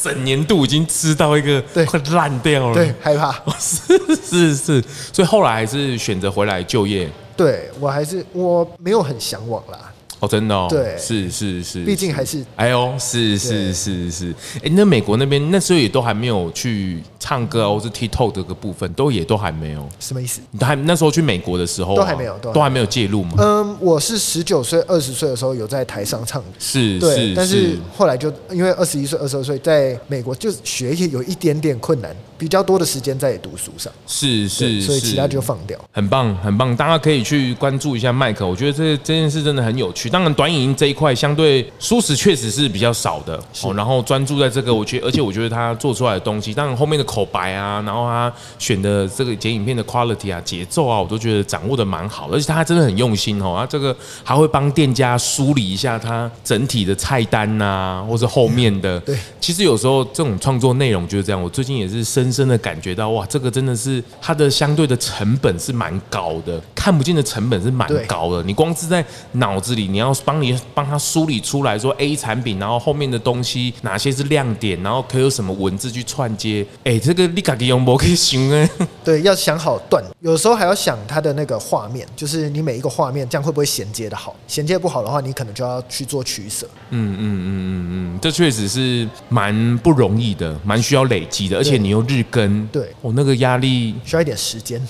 A: 整年度已经吃到一个
C: 对
A: 快烂掉了。
C: 对，，害怕。
A: 是是是，所以后来还是选择回来就业。
C: 对我还是我没有很向往啦，
A: 哦，真的哦，
C: 对
A: 是是是，
C: 毕竟还是
A: 哎呦，是是
C: 对
A: 是是，哎、那美国那边那时候也都还没有去唱歌啊，或是 TikTok 这个部分，都也都还没有，
C: 什么意思？
A: 你都还那时候去美国的时候、啊、
C: 都还没有都还没有
A: 都还没有介入嘛，
C: 嗯，我是十九岁、二十岁的时候有在台上唱歌。
A: 是
C: 对，
A: 是
C: 但是后来就因为二十一岁、二十二岁，在美国就是学业有一点点困难，比较多的时间在读书上，
A: 是
C: 对
A: 是，
C: 所以其他
A: 是
C: 就放掉。
A: 很棒，很棒，大家可以去关注一下麦克。我觉得这这件事真的很有趣。当然，短影音这一块相对舒适确实是比较少的哦。然后专注在这个，我觉得，而且我觉得他做出来的东西，当然后面的口白啊，然后他选的这个剪影片的 quality 啊、节奏啊，我都觉得掌握的蛮好的。而且他真的很用心哦，他这个还会帮店家梳理一下他整体的啊菜单呐、或是后面的。
C: 嗯对
A: 其实有时候这种创作内容就是这样。我最近也是深深深的感觉到，哇，这个真的是它的相对的成本是蛮高的，看不见的成本是蛮
C: 对
A: 高的。你光是在脑子里，你要帮你帮他梳理出来说 A 产品，然后后面的东西哪些是亮点，然后可以有什么文字去串接。哎、这个你自己用不可以行哎。
C: 对，要想好段，有时候还要想它的那个画面，就是你每一个画面这样会不会衔接的好？衔接不好的话，你可能就要去做取舍。
A: 嗯这确实是蛮不容易的，蛮需要累积的，而且你又日更，
C: 对
A: 我、那个压力
C: 需要一点时间。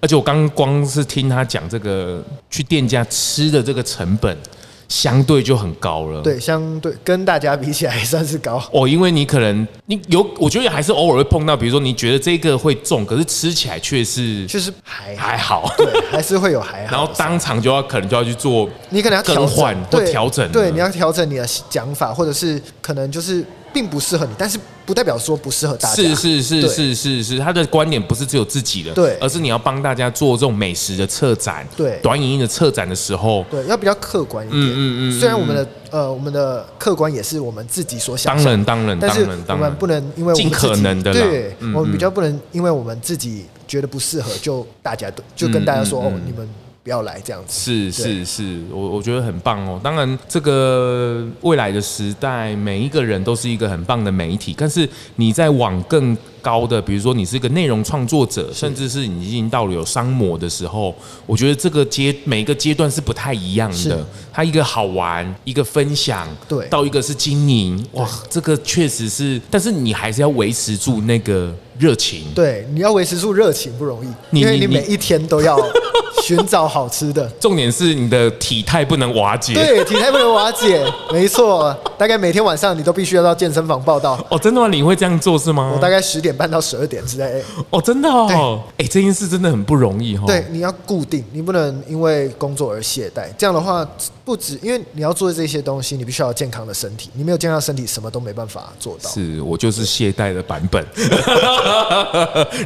A: 而且我刚光是听他讲这个去店家吃的这个成本，相对就很高了。。
C: 对，相对跟大家比起来算是高。
A: 哦，因为你可能你有，我觉得还是偶尔会碰到，比如说你觉得这个会中，可是吃起来却是
C: 就是还
A: 还好，
C: 对，还是会有还 好。
A: 然后当场就要可能就要去做，
C: 你可能要调
A: 更
C: 整
A: 换或
C: 对
A: 调整了，
C: 对，你要调整你的讲法，或者是可能就是并不适合你，但是不代表说不适合大家。
A: 是是是
C: 对
A: 是是是，他的观点不是只有自己的，
C: 对
A: 而是你要帮大家做这种美食的策展，
C: 对
A: 短影音的策展的时候，
C: 对，要比较客观一点。
A: 嗯嗯嗯
C: 虽然我们的呃，我们的客观也是我们自己所想
A: 当
C: 象的
A: 然当然
C: 但
A: 当
C: 是
A: 然
C: 我
A: 当然
C: 们不能因为我们
A: 尽可
C: 自己
A: 能的啦
C: 对
A: 嗯，
C: 我们比较不能因为我们自己觉得不适合，就大家都就跟大家说哦，你们不要来这样子。
A: 嗯是是是，我我觉得很棒哦。当然，这个未来的时代，每一个人都是一个很棒的媒体，但是你在往更高的，比如说你是一个内容创作者，甚至是你已经到了有商模的时候，我觉得这个阶每个阶段是不太一样
C: 是
A: 的。它一个好玩，一个分享，
C: 对
A: 到一个是经营，哇，这个确实是，但是你还是要维持住那个热情。
C: 对，你要维持住热情不容易，
A: 你
C: 因为
A: 你
C: 你
A: 你
C: 每一天都要寻找好吃的。
A: 重点是你的体态不能瓦解。
C: 对，体态不能瓦解，没错。大概每天晚上你都必须要到健身房报道。
A: 哦，真的吗？你会这样做是吗？
C: 我大概十点半到十二点之类。
A: 哦，真的哦，哎、这件事真的很不容易哦。
C: 对，，你要固定，你不能因为工作而懈怠。这样的话，不止因为你要做这些东西，你必须要有健康的身体。你没有健康的身体，什么都没办法做到。
A: 是我就是懈怠的版本，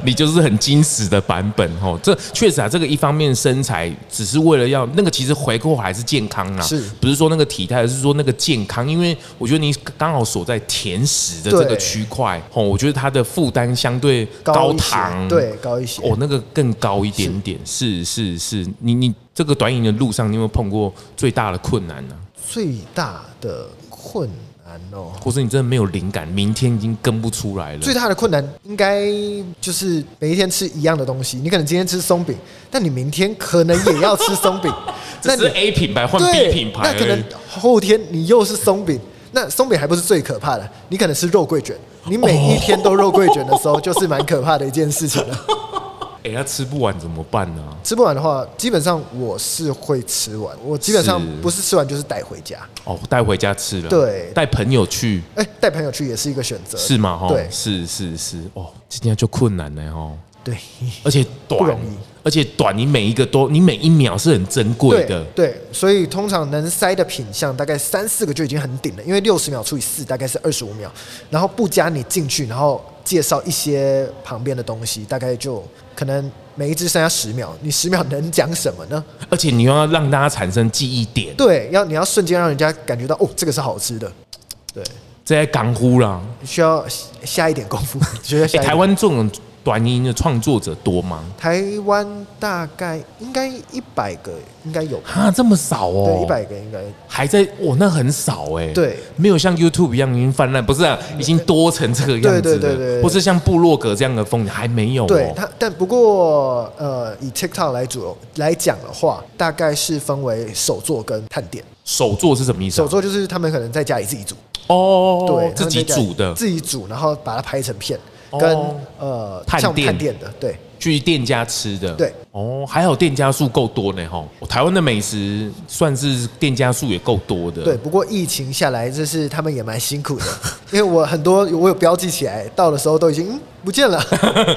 A: 你就是很矜持的版本哦。这确实啊，这个一方面身材只是为了要那个，其实回扣还是健康啊，
C: 是
A: 不是说那个体态，而是说那个健康。因为我觉得你刚好所在甜食的这个
C: 对
A: 区块哦，我觉得它的负担相对
C: 高
A: 高
C: 一些
A: 糖，
C: 对，高一些。
A: 哦，那个更高一点点，是是是，你你这个短影的路上，你有没有碰过最大的困难呢、啊
C: 最大的困难哦，
A: 或是你真的没有灵感，明天已经跟不出来了。。
C: 最大的困难应该就是每一天吃一样的东西。你可能今天吃松饼，但你明天可能也要吃松饼
A: 这
C: 你
A: 是 A 品牌换
C: 对，
A: B 品牌而已，
C: 那可能后天你又是松饼，那松饼还不是最可怕的，你可能是肉桂卷。你每一天都肉桂卷的时候，就是蛮可怕的一件事情 了。
A: 哎，他吃不完怎么办呢、
C: 吃不完的话，基本上我是会吃完，我基本上
A: 是
C: 不是吃完就是带回家。
A: 哦，带回家吃了，
C: 对
A: 带朋友去
C: 哎、带朋友去也是一个选择。
A: 是吗？哈，
C: 对
A: 是是是，哦，今天就困难了哦，
C: 对，
A: 而且
C: 不
A: 短
C: 容易，
A: 而且短，你每一个都，你每一秒是很珍贵的
C: 对。对，所以通常能塞的品相大概三四个就已经很顶了，因为六十秒除以四大概是二十五秒，然后不加你进去，然后介绍一些旁边的东西，大概就可能每一只剩下十秒，你十秒能讲什么 呢？
A: 而且你又要让大家产生记忆点，
C: 对，要你要瞬间让人家感觉到哦，这个是好吃的，对，
A: 这在港呼啦。
C: 需要下下一点功夫，需要下
A: 哎，
C: 一点
A: 台湾这种短音的创作者多吗？
C: 台湾大概应该一百个应该有吧，
A: 啊，这么少哦，
C: 对，一百个应该
A: 还在，哇，那很少哎、
C: 对，
A: 没有像 YouTube 一样已经泛滥，不是、啊，已经多成这个样子了，
C: 对对对对对
A: 或是像部落格这样的风景还没有、哦，
C: 对它，但不过呃，以 TikTok 来主来讲的话，大概是分为手作跟探店。
A: 手作是什么意思、啊？
C: 手作就是他们可能在家里自己煮，
A: 哦，
C: 对，他
A: 自
C: 们
A: 己
C: 在家里
A: 煮的，
C: 自己煮，然后把它拍成片，
A: 哦
C: 跟呃
A: 探
C: 像
A: 店
C: 探店的，对
A: 去店家吃的，
C: 对，
A: 哦，还好店家数够多呢，吼，哦台湾的美食算是店家数也够多的，
C: 对。，不过疫情下来，这是他们也蛮辛苦的， 因为我很多我有标记起来，到的时候都已经、嗯、不 见了。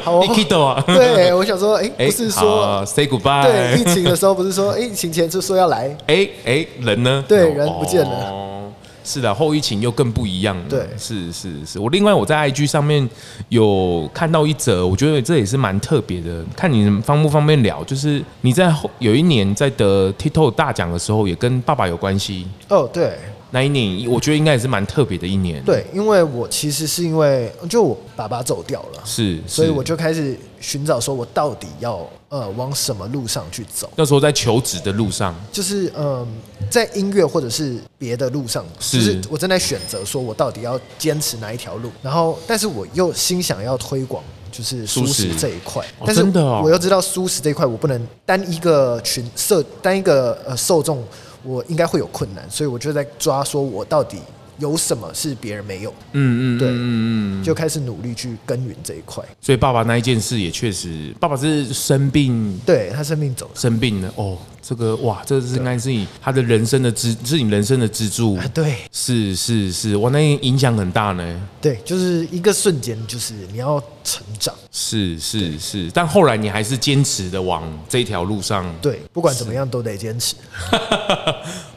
C: 好哦
A: 你 k i d o 啊，
C: 对，我想说，哎、
A: 哎，
C: 不是
A: 好
C: 说
A: say
C: 对
A: goodbye，
C: 疫情的时候不是说，哎、疫情前就说要来，
A: 哎哎，人呢？
C: 对人不见了
A: 哦，是的，后疫情又更不一样了。
C: 对
A: 是是是。我另外我在 IG 上面有看到一则，我觉得这也是蛮特别的。看你方不方便聊，就是你在后有一年在得 TikTok 大奖的时候，也跟爸爸有关系。
C: 哦，对，
A: 那一年，我觉得应该也是蛮特别的一年。，
C: 对，因为我其实是因为就我爸爸走掉了，
A: 是，
C: 所以
A: 是
C: 我就开始寻找说我到底要呃往什么路上去走，
A: 那时候在求职的路上，
C: 就是嗯、在音乐或者是别的路上，
A: 是
C: 就是我正在选择说我到底要坚持哪一条路，然后但是我又心想要推广。就是
A: 素
C: 素
A: 食
C: 食这一块，
A: 哦
C: 但是
A: 真的哦
C: 我又知道素食这一块我不能单一个群受单一个呃受众，我应该会有困难，所以我就在抓说我到底有什么是别人没有的，
A: 嗯嗯，
C: 对
A: 嗯嗯嗯，
C: 就开始努力去耕耘这一块。
A: 所以爸爸那一件事也确实，爸爸是生病。
C: 对他生病走了，
A: 生病了哦，这个哇，这是应该是你他的人生的支，是你人生的支柱，
C: 啊，对
A: 是是是，哇，那影响很大呢。
C: 对，就是一个瞬间，就是你要成长。
A: 是是是，但后来你还是坚持的往这条路上。
C: 对，不管怎么样都得坚持。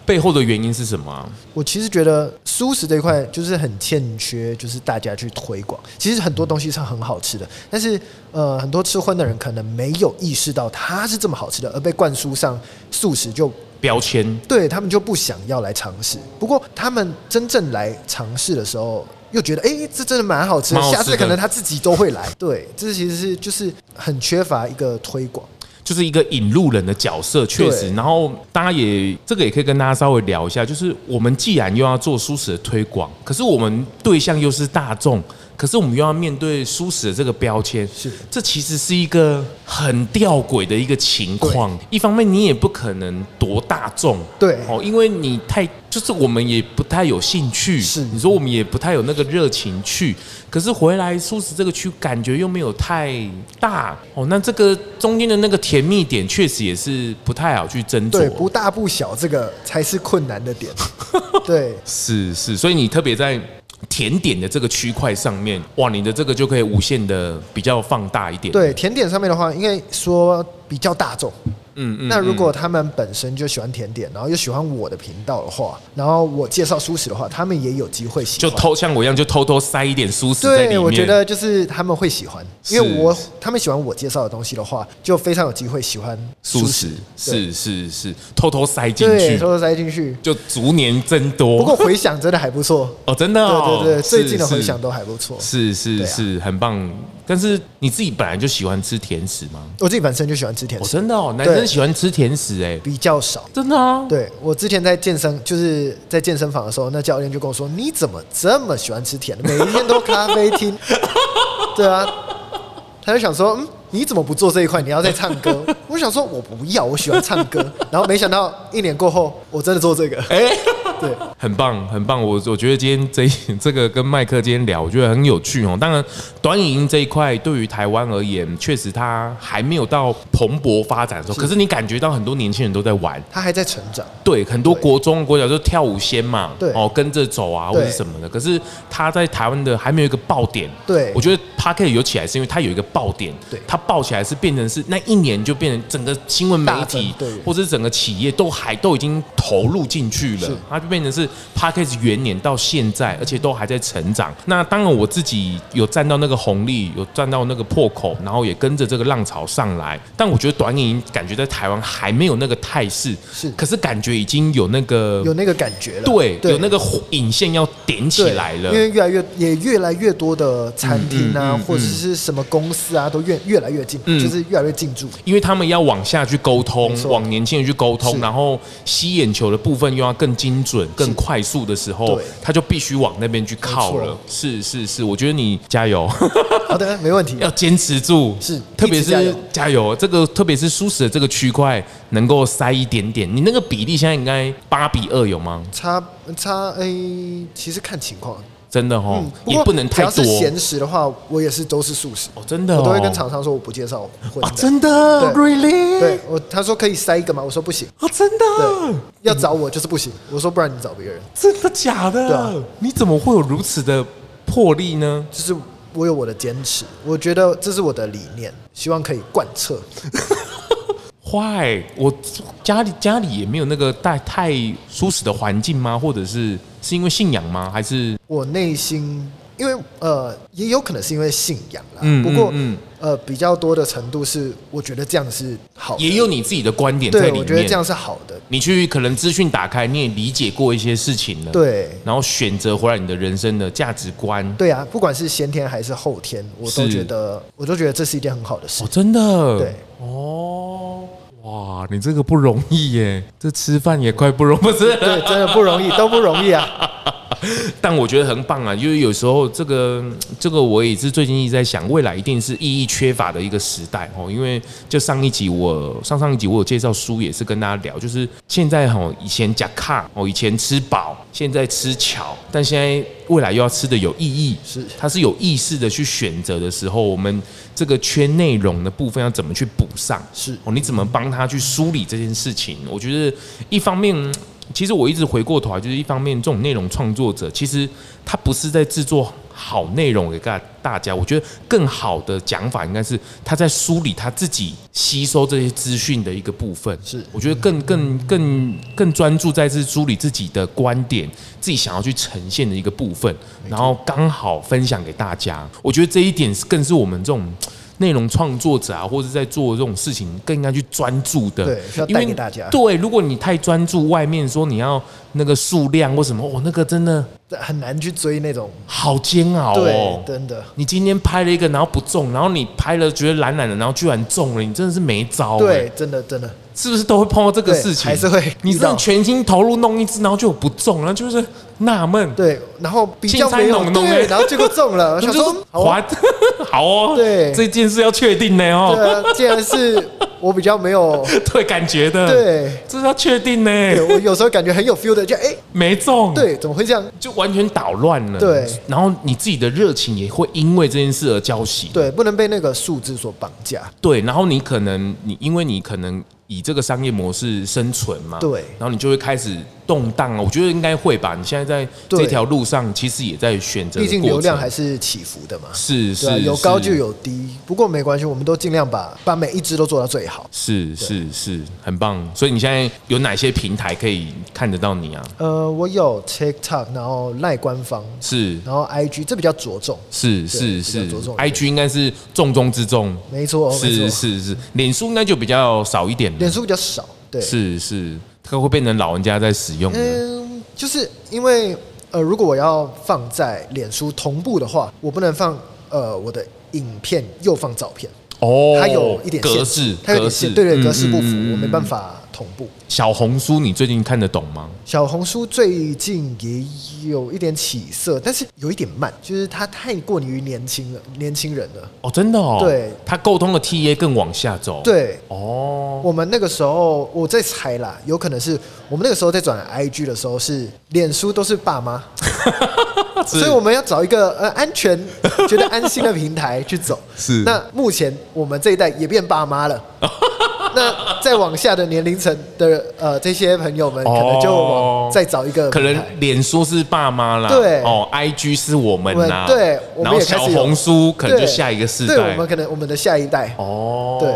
A: 背后的原因是什么啊、
C: 我其实觉得素食这一块就是很欠缺，就是大家去推广。其实很多东西是很好吃的，但是呃，很多吃荤的人可能没有意识到它是这么好吃的，而被灌输上素食就
A: 标签
C: 对他们就不想要来尝试。不过他们真正来尝试的时候，又觉得哎、诶这真的蛮好吃的，
A: 蛮好吃
C: 下
A: 的
C: 次可能他自己都会来。对，这其实是就是很缺乏一个推广。
A: 就是一个引路人的角色，确实。
C: 对
A: 然后大家也这个也可以跟大家稍微聊一下，就是我们既然又要做舒适的推广，可是我们对象又是大众，可是我们又要面对舒适的这个标签，
C: 是
A: 这其实是一个很吊诡的一个情况。一方面你也不可能多大众，
C: 对
A: 哦，因为你太就是我们也不太有兴趣，
C: 是
A: 你说我们也不太有那个热情去，可是回来素食这个区感觉又没有太大哦，那这个中间的那个甜蜜点确实也是不太好去斟
C: 对，不
A: 酌。
C: 大不小，这个才是困难的点。对，
A: 是是，所以你特别在甜点的这个区块上面，哇，你的这个就可以无限的比较放大一点。
C: 对，甜点上面的话，应该说比较大众。
A: 嗯，嗯嗯
C: 那如果他们本身就喜欢甜点，然后又喜欢我的频道的话，然后我介绍素食的话，他们也有机会喜
A: 就
C: 欢。
A: 偷像我一样，就偷偷塞一点舒适在里
C: 对，
A: 面。嗯
C: 我觉得就是他们会喜欢，因
A: 是
C: 为我他们喜欢我介绍的东西的话，就非常有机会喜欢
A: 舒
C: 素
A: 适
C: 食，对
A: 是是是，偷偷塞进
C: 对，
A: 去
C: 偷，偷塞进去。
A: 就逐年增多。
C: 不过回响真的还不错，
A: 哦，真的、 哦，
C: 对对对，
A: 是
C: 最近的回
A: 是
C: 响都还不错。
A: 是是
C: 对啊
A: 是、很棒。但是你自己本来就喜欢吃甜食吗？
C: 我自己本身就喜欢吃甜
A: 哦，
C: 食，
A: 真的哦，男生喜欢吃甜食哎、
C: 比较少。
A: 真的啊。
C: 对我之前在健身，就是在健身房的时候，那教练就跟我说：“你怎么这么喜欢吃甜的？每一天都咖啡厅。” 对啊，他就想说：“嗯，你怎么不做这一块？你要在唱歌。”我想说：“我不要，我喜欢唱歌。”然后没想到一年过后，我真的 做这个。
A: 哎、
C: 对，
A: 很棒，很棒！我我觉得今天这一 这个跟麦克今天聊，我觉得很有趣哦。当然，短影音这一块对于台湾而言，确实它还没有到蓬勃发展的时候，可是你感觉到很多年轻人都在玩，
C: 他还在成长。
A: 对，很多国中国小就跳舞先嘛，
C: 对
A: 哦，跟着走啊，或
C: 对
A: 者什么的。可是他在台湾的还没有一个爆点，
C: 对
A: 我觉得 p a r k 有起来是因为他有一个爆点，
C: 对
A: 他爆起来是变成是那一年就变成整个新闻媒
C: 大增
A: 体
C: 对
A: 或者是整个企业都还都已经投入进去了
C: 是，
A: 它就变成是 p a r k 元年到现在，而且都还在成长。那当然我自己有站到那个红利，有站到那个破口，然后也跟着这个浪潮上来。但我觉得短影音感觉在台湾还没有那个态势，
C: 是
A: 可是感觉已经有那个
C: 有那个感觉了，
A: 嗯对有那个火引线要点起
C: 对
A: 来了
C: 因。为越来越也越来越多的餐厅
A: 嗯
C: 啊，
A: 嗯嗯
C: 或者是什么公司啊，都越越来越进，
A: 嗯
C: 就是越来越进驻。
A: 因为他们要往下去沟通
C: 没，错
A: 往年轻人去沟通，
C: 是
A: 然后吸眼球的部分又要更精准、更快速的时候
C: 对，
A: 他就必须往那边去靠
C: 没
A: 了
C: 错。
A: 是是是，我觉得你加油，
C: 好的，没问题。
A: 要坚持住，
C: 是
A: 特别
C: 一直加
A: 是
C: 油
A: 加油，这个特别是舒适的这个区块能够塞一点点，你那个比例现在应该八比二有吗？
C: 差差诶、其实看情况，
A: 真的哦，
C: 嗯不
A: 也
C: 过
A: 不能太
C: 只
A: 多
C: 要是咸食的话，我也是都是素食，
A: 哦，真的哦，
C: 我都会跟厂商说我不介绍荤的。
A: 啊，真的
C: 对
A: ，really，
C: 对我他说可以塞一个吗？我说不行，
A: 啊，真
C: 对
A: 的，，
C: 要找我就是不行。我说不然你找别人，
A: 真的假的？
C: 对啊
A: 你怎么会有如此的魄力呢？
C: 就是我有我的坚持，我觉得这是我的理念，希望可以贯彻。
A: 坏，我家里家里也没有那个太太舒适的环境吗？或者是是因为信仰吗？还是
C: 我内心因为呃，也有可能是因为信仰啦。
A: 嗯
C: 不过、
A: 嗯
C: 呃，比较多的程度是，我觉得这样是好的。
A: 也有你自己的观点在
C: 对，
A: 里
C: 我觉得这
A: 面。
C: 样是好的。
A: 你去可能资讯打开，你也理解过一些事情了，，
C: 对
A: 然后选择回来你的人生的价值观。
C: 对啊，不管是先天还是后天，我都
A: 是
C: 觉得我都觉得这是一件很好的事
A: 哦，。真的，
C: 对，
A: 哦，哇，你这个不容易耶，这吃饭也快不容易，不是？
C: 对，真的不容易，都不容易啊。
A: 但我觉得很棒啊，因为有时候这个这个我也是最近一直在想，未来一定是意义缺乏的一个时代哦。因为就上一集我上上一集我有介绍书，也是跟大家聊，就是现在哦，以前假卡哦，以前吃饱，现在吃巧，但现在未来又要吃的有意义，
C: 是
A: 它 是有意识的去选择的时候，我们这个缺内容的部分要怎么去补上？
C: 是
A: 哦，你怎么帮他去梳理这件事情？我觉得一方面，嗯其实我一直回过头来，啊就是一方面，这种内容创作者其实他不是在制作好内容给大大家，我觉得更好的讲法应该是他在梳理他自己吸收这些资讯的一个部分。
C: 是
A: 我觉得更更更更专注在是梳理自己的观点，自己想要去呈现的一个部分，然后刚好分享给大家。我觉得这一点是更是我们这种。内容创作者啊，或者在做这种事情，更应该去专注的，
C: 对需要
A: 因为
C: 带给大家
A: 对，如果你太专注外面说你要那个数量或什么，哦，那个真的
C: 很难去追那种，
A: 好煎熬哦
C: 对，。真的，
A: 你今天拍了一个，然后不中，然后你拍了觉得懒懒的，然后居然中了，你真的是没招、欸
C: 对，，真的真的，
A: 是不是都会碰到这个
C: 对
A: 事情？
C: 还是会
A: 你
C: 遇
A: 真的
C: 到
A: 全心投入弄一只，然后就有不中，然后就是纳闷，
C: 对，然后比较
A: 青菜
C: 没有
A: 浓浓欸
C: 对，然后结果 中了，我
A: 你
C: 想
A: 就
C: 说
A: 是
C: 好啊
A: 滑，好哦，
C: 对
A: 这件事要确定呢
C: 对
A: 哦，
C: 啊，竟然是我比较没 有，
A: 对，感觉的，，
C: 对，
A: 这是要确定呢，
C: 对我有时候感觉很有 feel 的，就哎，
A: 没中，，
C: 对，怎么会这样？
A: 就完全捣乱了，
C: 对，
A: 然后你自己的热情也会因为这件事而浇熄，
C: 对，不能被那个数字所绑架，
A: 对，然后你可能你因为你可能以这个商业模式生存嘛，
C: 对
A: 然后你就会开始动荡啊，我觉得应该会吧。你现在在
C: 对
A: 这条路上，其实也在选择的过
C: 毕
A: 程，
C: 竟流量还是起伏的嘛。
A: 是是、
C: 对啊，有高
A: 是
C: 就。有低，不过没关系，我们都尽量把把每一只都做到最好。
A: 是是是，很棒。所以你现在有哪些平台可以看得到你啊？
C: 呃，我有 TikTok，然后赖官方，
A: 是
C: 然后 IG，这比较着重。
A: 是是
C: 比较
A: 是
C: 着重
A: ，I G 应该是重中之重，
C: 没错，没
A: 是
C: 错，
A: 是是，脸书应该就比较少一点了，
C: 脸书比较少，对，
A: 是是，它会变成老人家在使用的，
C: 嗯，就是因为呃，如果我要放在脸书同步的话，我不能放呃我的影片又放照片，
A: 哦，
C: 它有一点限
A: 格
C: 制
A: 式，
C: 它有
A: 格
C: 点
A: 式，
C: 限，对对，
A: 嗯
C: 格式不符，
A: 嗯嗯
C: 我没
A: 嗯
C: 办法同步。
A: 小红书你最近看得懂吗？
C: 小红书最近也有一点起色，但是有一点慢，就是它太过于年轻了，年轻人了。
A: 哦，真的哦，
C: 对
A: 它沟通的 TA 更往下走，，
C: 对，
A: 哦，
C: 我们那个时候我在猜啦，有可能是我们那个时候在转 IG 的时候是脸书都是爸妈，
A: 是
C: 所以我们要找一个呃安全、觉得安心的平台去走。
A: 是
C: 那目前我们这一代也变爸 妈了，那再往下的年龄层的呃这些朋友们，可能就
A: 哦
C: 往再找一个
A: 可
C: 平台
A: 能脸书是爸妈啦，
C: 对
A: 哦，IG 是我们
C: 我
A: 啦，
C: 们对我
A: 然
C: 们也
A: 后
C: 开始
A: 小
C: 有
A: 红书可能就
C: 对
A: 下一个世
C: 对
A: 代
C: 我，们可能我们的下一代。
A: 哦，
C: 对。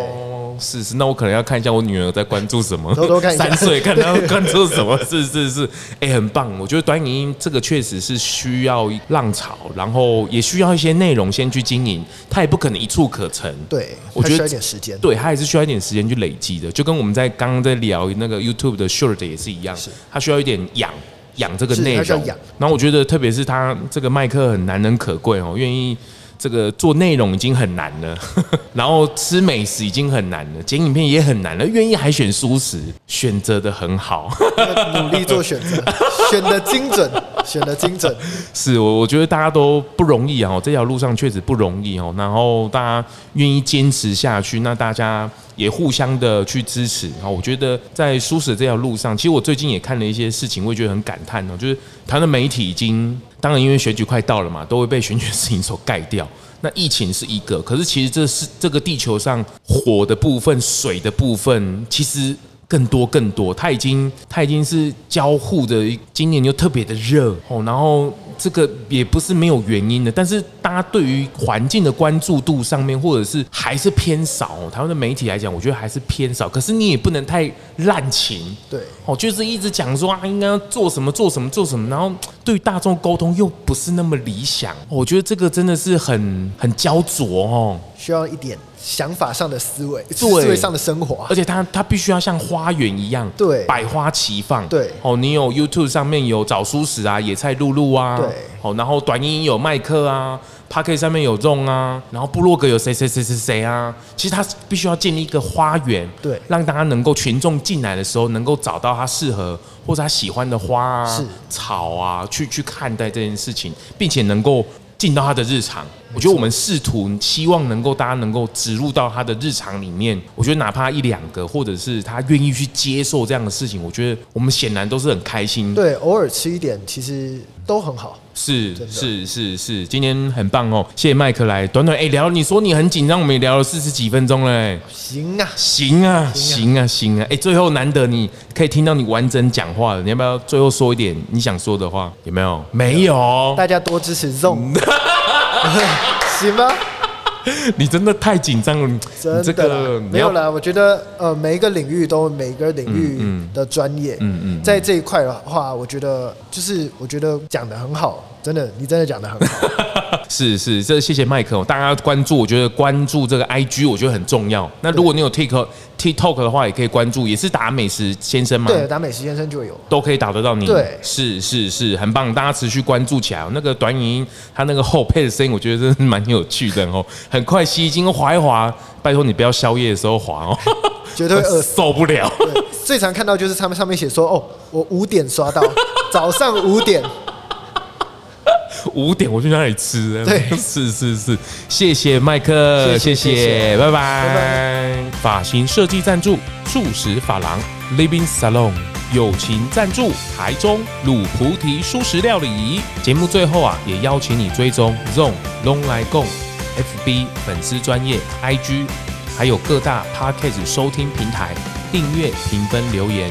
A: 是是，那我可能要看一下我女儿在关注什么，
C: 偷偷看一下
A: 三岁看她关注什么， 是是是，哎、很棒，我觉得短影音这个确实是需要浪潮，然后也需要一些内容先去经营，它也不可能一触可成，
C: 对，
A: 我觉
C: 它需
A: 得
C: 要一点时间。
A: 对，它也是需要一点时间去累积的，就跟我们在刚刚在聊那个 YouTube 的 Short 也是一样，它需要一点养养这个
C: 是
A: 内
C: 它需要
A: 容
C: 养。
A: 然后我觉得，特别是他这个麦克很难能可贵哦，愿意这个做内容已经很难了， 然后吃美食已经很难了，剪影片也很难了，愿意还选素食，选择的很好。
C: 努力做选择，选的精准，选的精准。
A: 是我，我觉得大家都不容易哦，这条路上确实不容易哦。然后大家愿意坚持下去，那大家也互相的去支持啊、哦。我觉得在舒适这条路上，其实我最近也看了一些事情，我也觉得很感叹哦，就是台湾的媒体已经，当然因为选举快到了嘛，都会被选举的事情所盖掉。那疫情是一个，可是其实这是这个地球上火的部分、水的部分，其实更多更多，它已经它已经是交互的，今年又特别的热哦，然后这个也不是没有原因的，但是大家对于环境的关注度上面，或者是还是偏少、哦。台湾的媒体来讲，我觉得还是偏少。可是你也不能太滥情，
C: 对
A: 哦，就是一直讲说啊，应该要做什么做什么做什么，然后对于大众沟通又不是那么理想。哦我觉得这个真的是很很焦灼哦。
C: 需要一点想法上的思维，思维上的升华
A: 而。且它它必须要像花园一样，
C: 对
A: 百花齐放，
C: 对
A: 哦，你有 YouTube 上面有找舒适啊、野菜露露啊，
C: 对
A: 哦，然后短音有麦克啊 p a c k e t 上面有 z 啊，然后部落格有谁谁谁谁谁啊，其实它必须要建立一个花园，
C: 对
A: 让大家能够群众进来的时候能够找到他适合或者他喜欢的花啊
C: 是、
A: 草啊，去去看待这件事情，并且能够进到他的日常。我觉得我们试图希望能够大家能够植入到他的日常里面。我觉得哪怕一两个，或者是他愿意去接受这样的事情，我觉得我们显然都是很开心。
C: 对，偶尔吃一点其实都很好。
A: 是
C: 真的
A: 是是是，今天很棒哦，谢谢麦克来短短哎、聊，你说你很紧张，我们也聊了四十几分钟嘞。
C: 行啊，
A: 行啊，行啊，行啊！哎、最后难得你可以听到你完整讲话了，你要不要最后说一点你想说的话？有没有？没有，
C: 大家多支持 Zone，行 吗？
A: 你真的太紧张了，你
C: 真
A: 你这
C: 的
A: 个
C: 啦没有。啦，我觉得呃，每一个领域都有每一个领域的专业，嗯嗯，在这一块的话，我觉得就是我觉得讲的很好，真的，你真的讲的很
A: 你
C: 好，
A: 要是是，这谢谢麦克、哦，大家关注，我觉得关注这个 IG 我觉得很重要。那如果你有 TikTok TikTok 的话，也可以关注，也是打美食先生嘛。
C: 对，打美食先生就有，
A: 都可以打得到你。
C: 对
A: 是是是，很棒，大家持续关注起来哦。那个短影音，它那个后配的声音，我觉得真的蛮有趣的哦。 很快吸睛滑一滑，拜托你不要宵夜的时候滑哦，
C: 绝对会 饿 死。
A: 受不了。
C: 最常看到就是他们上面写说，哦，我五点刷到，早上五点，
A: 五点我去那里吃。
C: 对
A: 是是是，谢谢麦克，
C: 谢谢
A: 谢
C: 谢
A: 拜拜。
C: 拜拜
A: 发型设计赞助：素食发廊 Living Salon。友情赞助台中鲁菩提素食料理。节目最后啊，也邀请你追踪 Zone Long 来共 FB 粉丝专业 IG，还有各大 Podcast 收听平台订阅、评分、留言。